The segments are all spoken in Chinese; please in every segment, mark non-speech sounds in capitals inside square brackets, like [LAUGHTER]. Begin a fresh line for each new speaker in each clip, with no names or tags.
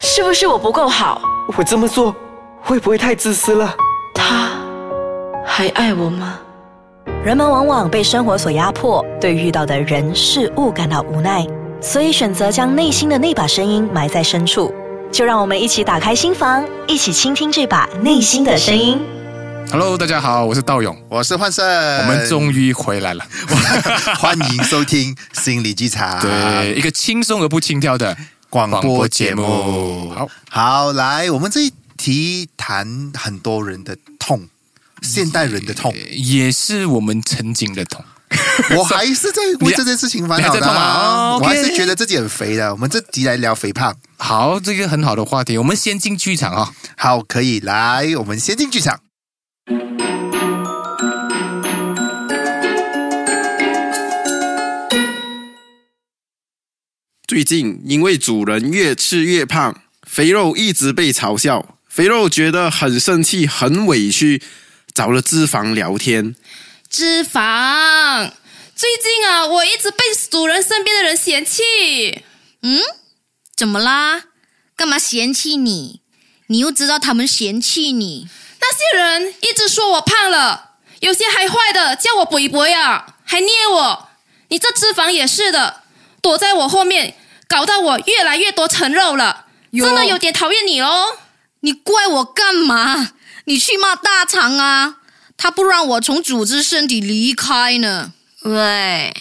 是不是我不够好？
我这么做会不会太自私了？
他还爱我吗？
人们往往被生活所压迫，对遇到的人事物感到无奈，所以选择将内心的那把声音埋在深处。就让我们一起打开心房，一起倾听这把内心的声音。
Hello，大家好，我是道勇，
我是焕胜，
我
我
们终于回来了。
[LAUGHS] 欢迎收听心理剧
[LAUGHS]
场。
对，一个轻松而不轻佻的
广播节目
好，
好，来，我们这一题谈很多人的痛，现代人的痛
[LAUGHS] 呃。也是我们曾经的痛。
我还是在为这件事情烦恼
你还在
的、
痛啊
啊，
哦 OK
我还是觉得自己很肥的。我们这集来聊肥胖，
好，这个很好的话题，我们先进剧场啊、
好，可以来，我们先进剧场。
最近因为主人越吃越胖，肥肉一直被嘲笑，肥肉觉得很生气、很委屈，找了脂肪聊天。
脂肪。最近啊，我一直被主人身边的人嫌弃。嗯，怎么啦？
干嘛嫌弃你？你又知道他们嫌弃你，
那些人一直说我胖了，有些还坏的叫我“鬼鬼”啊，还捏我。你这脂肪也是的，躲在我后面，搞到我越来越多层肉了，真的有点讨厌你哦。
你怪我干嘛？你去骂大肠啊！他不让我从组织身体离开呢。
喂，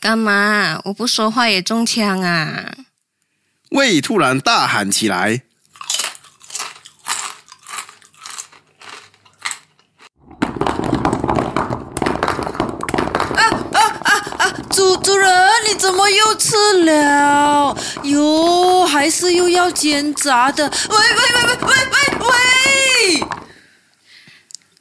干嘛？我不说话也中枪啊！
魏突然大喊起来，
主主人，你怎么又吃了？哟，还是又要煎炸的？喂喂喂喂喂喂喂！
啊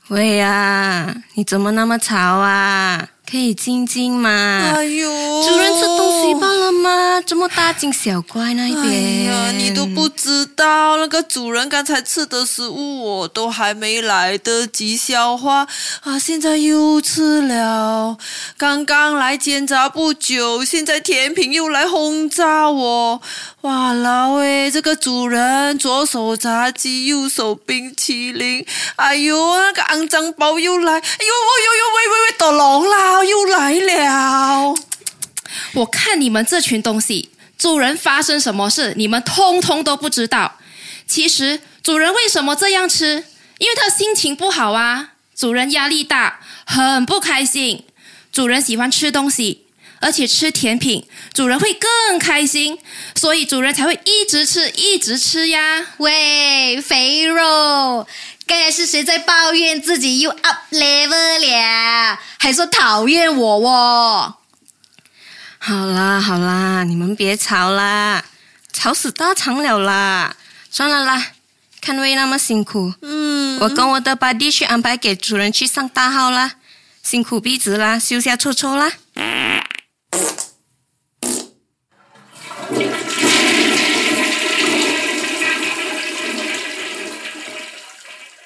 喂呀、你怎么那么吵啊？可以静静吗
哎？呦，
主人吃东西罢。了吗？这么大惊小怪那一
哎
边？
呀，你都不知道那个主人刚才吃的食物，我都还没来得及消化啊，现在又吃了。刚刚来煎炸不久，现在甜品又来轰炸我，哇啦喂！这个主人左手炸鸡，右手冰淇淋，哎呦，那个肮脏包又来，哎呦，呦呦喂喂喂，到龙啦，又来了。
我看你们这群东西，主人发生什么事，你们通通都不知道。其实主人为什么这样吃？因为他心情不好啊，主人压力大，很不开心。主人喜欢吃东西，而且吃甜品，主人会更开心，所以主人才会一直吃，一直吃呀。
啊喂，肥肉，刚才是谁在抱怨自己又 up level 了？还说讨厌我哦？
好啦好啦，你们别吵啦，吵死大肠了啦！算了啦，看魏那么辛苦，嗯，我跟我的 buddy 去安排给主人去上大号啦，辛苦鼻子啦，修下臭臭啦。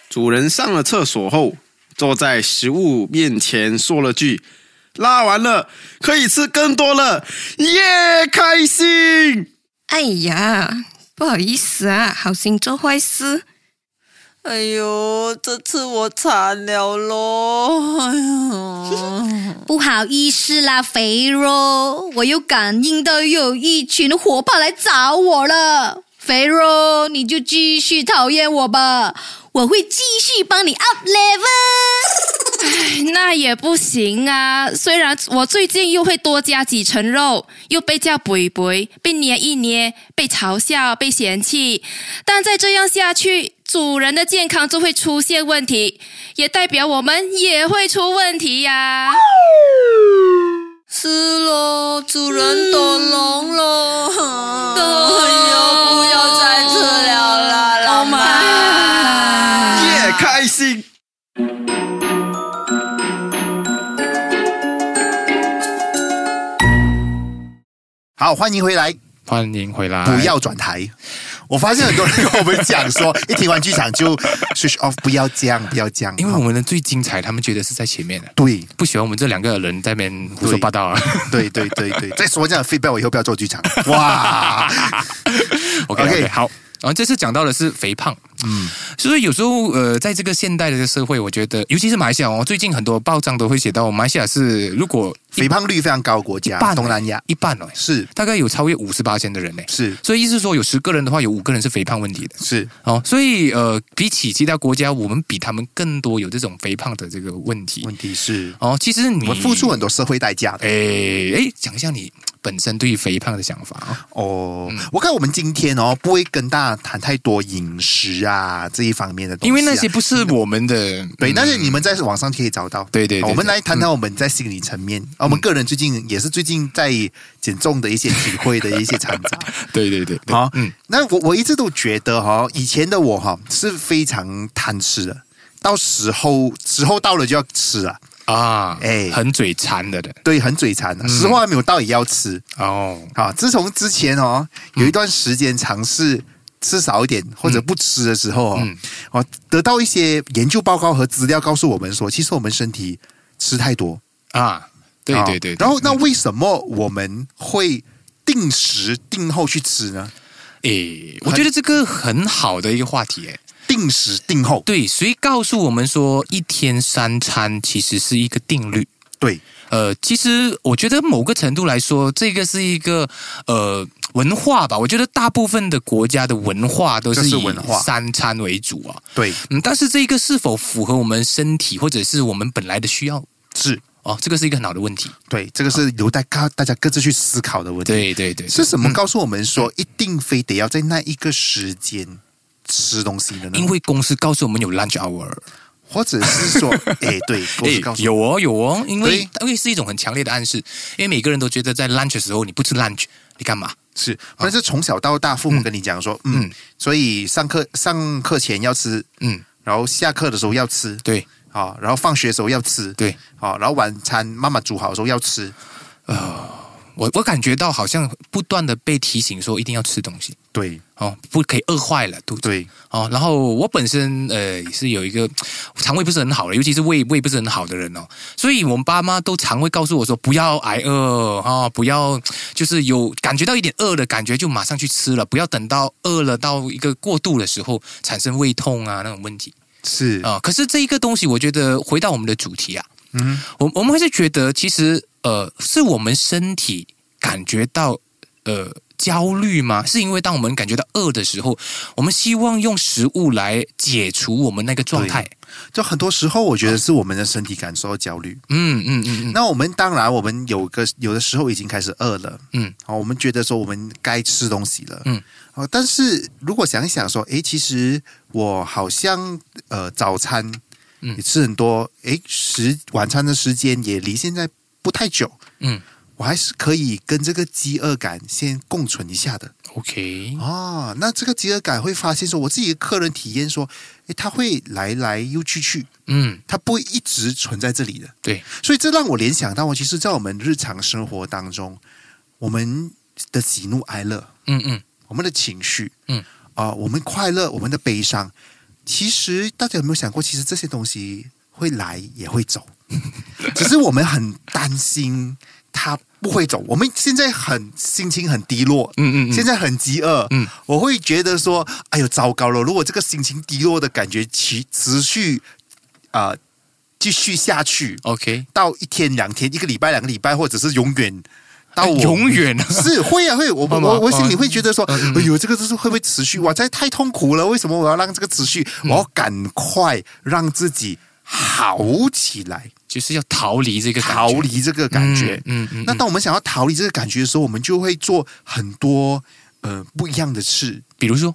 主人上了厕所后，坐在食物面前说了句：“拉完了，可以吃更多了，耶，开心！”
哎呀，不好意思啊，好心做坏事。
哎呦，这次我惨了喽！哎呦，
不好意思啦，肥肉，我又感应到又有一群伙伴来找我了。肥肉，你就继续讨厌我吧，我会继续帮你 up level。
哎那也不行啊！虽然我最近又会多加几层肉，又被叫“鬼鬼”，被捏一捏，被嘲笑，被嫌弃，但再这样下去，主人的健康就会出现问题，也代表我们也会出问题呀、
是喽，主人都聋喽，哎
嗯
呦，不要再吃了啦，老妈。
耶，开心！
好，欢迎回来，
欢迎回来。
不要转台。我发现很多人跟我们
[LAUGHS]
讲说，一听完剧场就 switch off，不要这样，不要这样。
因为
好
我们的最精彩，他们觉得是在前面的，
对
不喜欢我们这两个人在那边胡说八道啊。
[LAUGHS] 对对
[LAUGHS]
对对，再说这样的 feedback，我以后不要做剧场。哇，
OK
OK
OK，好，然后这次讲到的是肥胖，嗯，所以有时候呃，在这个现代的社会，我觉得，尤其是马来西亚哦，最近很多报章都会写到，马来西亚是如果
肥胖率非常高国
一
家，
半
东南亚
一半哦，
是
大概有超越五十八千的人呢。
是
所以意思是说，有十个人的话，有五个人是肥胖问题的。
是
哦，所以呃，比起其他国家，我们比他们更多有这种肥胖的这个问题。
问题是，
哦，其实你
嗯
哎
我们付出很多社会代价的。
诶诶，讲一下你本身对于肥胖的想法啊、
哦，我看我们今天哦，不会跟大家谈太多饮食啊这一方面的东西啊、
因为那些不是我们的，
对，
嗯
但是你们在网上可以找到。
对对对
好我们
对嗯
来谈谈我们在心理层面，啊我们个人最近也是最近在减重的一些体会的一些掺杂。
[LAUGHS] 对对对，对
好，
嗯，
那我我一直都觉得哈，以前的我哈是非常贪吃的，到时候时候到了就要吃啊，
啊，
哎
很嘴馋的人
对，很嘴
嗯
馋的，时候还没有到也要吃。
哦，
啊，自从之前哦，有一段时间尝试吃少一点或者不吃的时候哦，
嗯
哦，得到一些研究报告和资料告诉我们说，其实我们身体吃太多。
啊，对
啊
对对，
然后，那
嗯
为什么我们会定时定后去吃呢？
诶，我觉得这个很好的一个话题，诶，
定时定后，
对，谁告诉我们说一天三餐其实是一个定律？
对，
呃，其实我觉得某个程度来说，这个是一个呃文化吧。我觉得大部分的国家的文化都
这
是
是
以
文化
三餐为主啊。
对，
嗯，但是这个是否符合我们身体或者是我们本来的需要？
是，
哦，这个是一个很好的问题。
对，这个是留待大大家各自去思考的问题。
对对对，
是什么
嗯
告诉我们说，一定非得要在那一个时间吃东西的呢？
因为公司告诉我们有 lunch hour，
或者
[LAUGHS]
是说，哎，对，公司
诶
告诉
有哦有哦，因为
对
因为是一种很强烈的暗示，因为每个人都觉得在 lunch 的时候你不吃 lunch，你干嘛？
是，但是从小到大，父母跟你讲说，嗯，
嗯
所以上课上课前要吃，
嗯，
然后下课的时候要吃，
对
啊、然后放学的时候要吃，
对，
啊、然后晚餐妈妈煮好的时候要吃，
我我感觉到好像不断的被提醒说一定要吃东西。
对
哦，不可以饿坏了肚子。
对，
哦，然后我本身呃也是有一个肠胃不是很好的，尤其是胃胃不是很好的人哦，所以我们爸妈都常会告诉我说不要挨饿哦，不要就是有感觉到一点饿的感觉就马上去吃了，不要等到饿了到一个过度的时候产生胃痛啊那种问题
是
啊、可是这一个东西，我觉得回到我们的主题啊，嗯，我我们会是觉得其实呃是我们身体感觉到呃焦虑吗？是因为当我们感觉到饿的时候，我们希望用食物来解除我们那个状态。
就很多时候我觉得是我们的身体感受到焦虑。
嗯嗯嗯嗯，
那我们当然，我们有个有的时候已经开始饿了，
嗯，
哦，我们觉得说我们该吃东西了，
嗯，
哦，但是如果想一想说，诶，其实我好像呃早餐
嗯
也吃很多，诶，时晚餐的时间也离现在不太久，
嗯，
我还是可以跟这个饥饿感先共存一下的。
，OK，
哦，那这个饥饿感会发现说，我自己的客人体验说，诶，他会来来又去去，
嗯，
它不会一直存在这里的。
对，
所以这让我联想到，其实，在我们日常生活当中，我们的喜怒哀乐，
嗯嗯，
我们的情绪，
嗯
啊、我们快乐，我们的悲伤，其实大家有没有想过，其实这些东西会来也会走， [LAUGHS] 只是我们很担心它不会走。我们现在很心情很低落，
嗯嗯嗯
现在很饥饿，
嗯，
我会觉得说，哎呦，糟糕了！如果这个心情低落的感觉持持续啊、呃继续下去，
，OK，
到一天、两天、一个礼拜、两个礼拜，或者是永远到我
永远啊
[LAUGHS] 是会啊会，我
好
我
吗
我我
好
心里会觉得说，
嗯
哎呦，这个就是会不会持续？哇，这太痛苦了！为什么我要让这个持续？
嗯
我要赶快让自己好起来，
就是要逃离这个感觉
逃离这个感觉。
嗯嗯嗯嗯
那当我们想要逃离这个感觉的时候，我们就会做很多呃不一样的事。
比如说，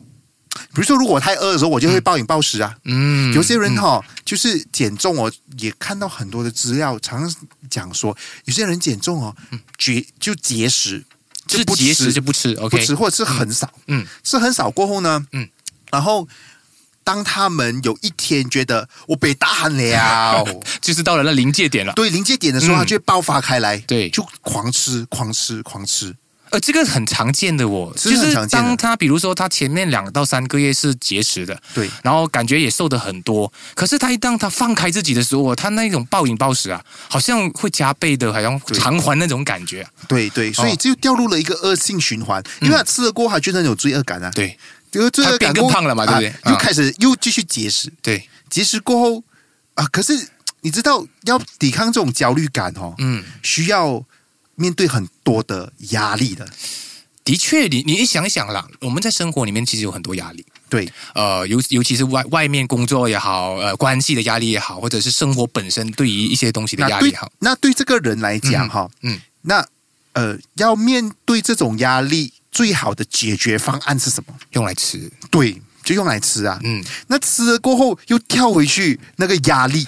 比如说，如果我太饿的时候，我就会暴饮暴食啊。
嗯，
有些人
嗯
哈、就是减重哦，也看到很多的资料，常常讲说，有些人减重哦，绝就节食，
嗯就是
不
节食
吃
就不吃
不
，OK，
吃或者是很少，
嗯
吃很少过后呢，
嗯，
然后当他们有一天觉得我被打
[LAUGHS]
喊了，
就是到了那临界点了。
对临界点的时候，
嗯
他就会爆发开来，
对
就狂吃、狂吃、狂吃，
呃，这个很常见的哦，
是很常
就是
见的
当他比如说他前面两到三个月是节食的，
对
然后感觉也瘦的很多，可是他一当他放开自己的时候哦，他那种暴饮暴食啊，好像会加倍的，好像
对
偿还那种感觉啊、
对对，所以
哦嗯
就掉入了一个恶性循环，因为他吃了过后，他觉得很有罪恶感啊，
对，
就这个
他变
感
更
冒
胖了嘛对不对
啊又
啊
开始又继续节食，
对，
节食过后啊，可是你知道要抵抗这种焦虑感哦，
嗯，
需要面对很多的压力的，
的确，你你想一想啦，我们在生活里面其实有很多压力，
对，
呃，尤尤其是外外面工作也好，呃，关系的压力也好，或者是生活本身对于一些东西的
那
压力
对
也好，
那对这个人来讲哈、
嗯，
那呃，要面对这种压力，最好的解决方案是什么？
用来吃，
对，就用来吃啊，
嗯，
那吃了过后又跳回去那个
[LAUGHS]
压力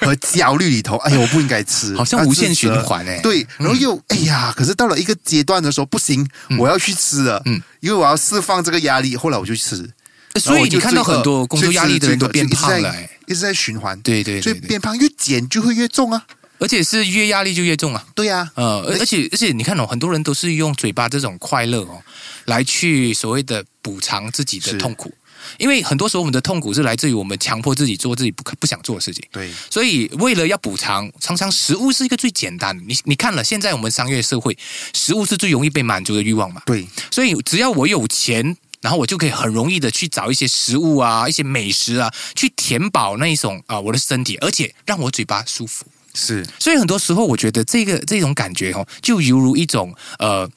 和焦虑里头，哎呀，我不应该吃，
好像
啊
无限
自责
循环欸
对，然后又、哎呀，可是到了一个阶段的时候，不行，我要去吃了，
嗯
因为我要释放这个压力，后来我就吃，
所
然后
以
我
你
就
看到
罪恶
很多工作压力的人都变胖
就一直
了、
在
哎
一直在循环，
对对
所
对
以
对，
变胖越减就会越重啊，
而且是越压力就越重啊。
对呀、啊，
呃，而而且而且你看哦，很多人都是用嘴巴这种快乐哦，来去所谓的补偿自己的
是
痛苦，因为很多时候我们的痛苦是来自于我们强迫自己做自己不不想做的事情。
对，
所以，为了要补偿，常常食物是一个最简单的。你你看了，现在我们商业社会，食物是最容易被满足的欲望嘛。
对，
所以，只要我有钱，然后我就可以很容易的去找一些食物啊、一些美食啊，去填饱那一种啊、我的身体，而且让我嘴巴舒服。
是
所以很多时候，我觉得这个这种感觉哦，就犹如一种呃。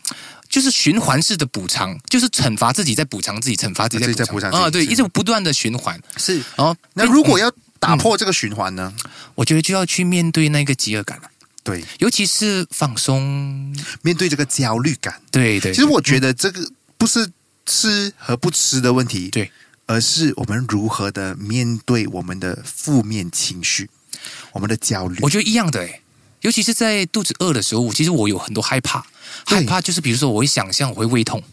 就是循环式的补偿，就是惩罚自己在补偿自己，惩罚自己在
自己在补偿自己
啊，对，
是
一直不断的循环。哦
是。
然后，
那如
嗯
果要打破这个循环呢？
我觉得就要去面对那个饥饿感了，
对，
尤其是放松。
面对这个焦虑感，
对对，嗯
其实我觉得这个不是吃和不吃的问题，
对，
而是我们如何的面对我们的负面情绪，我们的焦虑
我。觉得一样的诶，尤其是在肚子饿的时候，我其实我有很多害怕，
对
害怕就是比如说我会想象我会胃痛，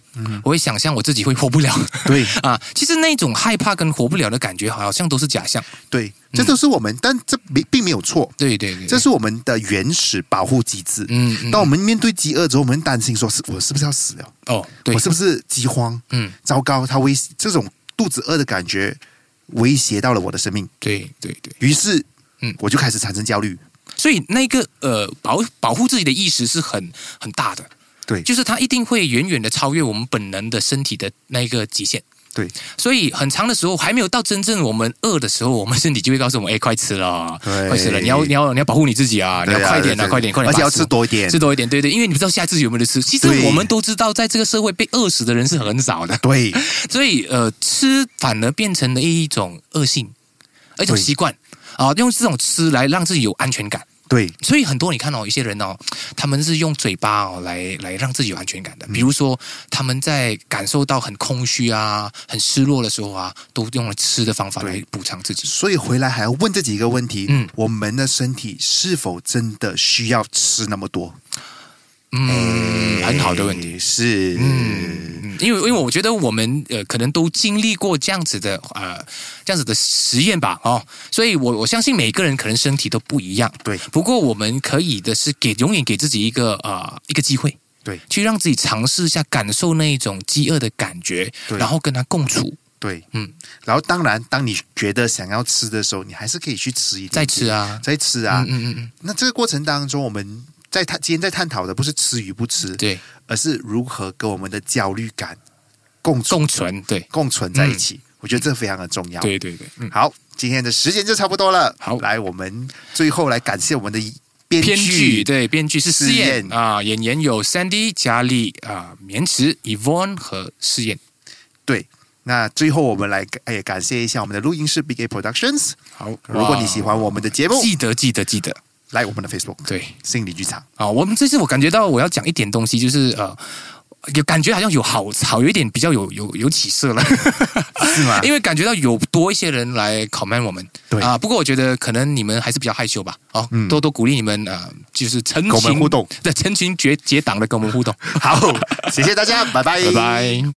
我会想象我自己会活不了
嗯对
[LAUGHS] 啊。其实那种害怕跟活不了的感觉，好像都是假象。
对，这都是我们，但这并并没有错，
对嗯对对，
这是我们的原始保护机制。
嗯嗯
当我们面对饥饿之后，我们担心说：是我是不是要死了？
哦，对，
我是不是饥荒？
嗯，
糟糕，它威这种肚子饿的感觉威胁到了我的生命，
对对对。
于是，
嗯
我就开始产生焦虑。
所以那个呃保保护自己的意识是很很大的，
对
就是它一定会远远的超越我们本能的身体的那个极限。
对，
所以很长的时候还没有到真正我们饿的时候，我们身体就会告诉我们：“哎，快吃了，
对
快吃了！你要你要你要保护你自己啊！你要
哎对啊
快点
对
啊，
对
快点，快点！
而且要
把食物
吃多一点
吃多一点，对对，因为你不知道下次有没有得吃。其实
对
我们都知道，在这个社会被饿死的人是很少的，
对，
所以呃，吃反而变成了一种恶性，一种
对
习惯啊、用这种吃来让自己有安全感。
对，
所以很多你看哦，一些人哦，他们是用嘴巴哦来来让自己有安全感的。比如说，他们在感受到很空虚啊、很失落的时候啊，都用了吃的方法来补偿自己。
所以回来还要问自己一个问题：
嗯
我们的身体是否真的需要吃那么多？
嗯，很好的问题。
题是，
嗯，嗯因为因为我觉得我们呃可能都经历过这样子的呃这样子的实验吧哦，所以我我相信每个人可能身体都不一样，
对
不过我们可以的是给永远给自己一个呃一个机会，
对
去让自己尝试一下感受那一种饥饿的感觉，
对
然后跟它共处，
对，
嗯，
然后当然，当你觉得想要吃的时候，你还是可以去吃一点，
再吃啊，
再吃啊。
嗯嗯嗯嗯，
那这个过程当中，我们在探今天在探讨的不是吃与不吃，
对，
而是如何跟我们的焦虑感共处
共存，嗯对，
共存在一起。我觉得这非常的重要。
对对对，嗯，
好，今天的时间就差不多了。
好
来，我们最后来感谢我们的编
编剧对编剧是
试
试验
验
啊，演员有 Sandy、佳丽啊、绵池、Evon 和试验。
对。那最后我们来感也感谢一下我们的录音室 Big A Productions。
好，
如果你喜欢我们的节目
哇，，记得记得记得，
来我们的 Facebook
对
心理剧场。
啊，我们这次我感觉到我要讲一点东西，就是呃。有感觉好像有好好有一点比较有有有起色了，是
吗
因为感觉到有多一些人来 comment 我们，
啊对
啊。不过我觉得可能你们还是比较害羞吧，哦，
嗯
多多鼓励你们啊、呃就是成
跟我们
群 [LAUGHS]
互动，
对，成群结结党的跟我们互动。 [LAUGHS]
好，谢谢大家，拜拜，
拜拜。